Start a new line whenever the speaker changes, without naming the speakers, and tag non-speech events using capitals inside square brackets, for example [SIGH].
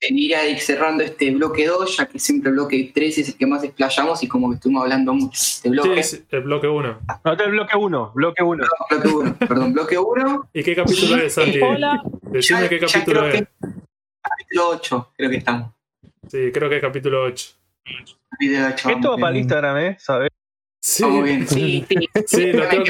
venir a ir cerrando este bloque 2, ya que siempre el bloque 3 es el que más explayamos y como que estuvimos hablando mucho de este bloque.
Sí, sí, el bloque 1.
Acá el bloque 1, bloque 1.
No, bloque
[LAUGHS]
1, perdón, bloque 1.
¿Y qué capítulo es, Santi?
Hola.
Decime
Ya-
qué
ya
capítulo
creo
es.
que- Capítulo 8, creo que estamos.
Sí, creo que es capítulo 8.
Capítulo 8.
Esto va para el Instagram, ¿eh? ¿Sabes?
Sí,
Estamos bien. Sí, sí.
sí, lo tengo que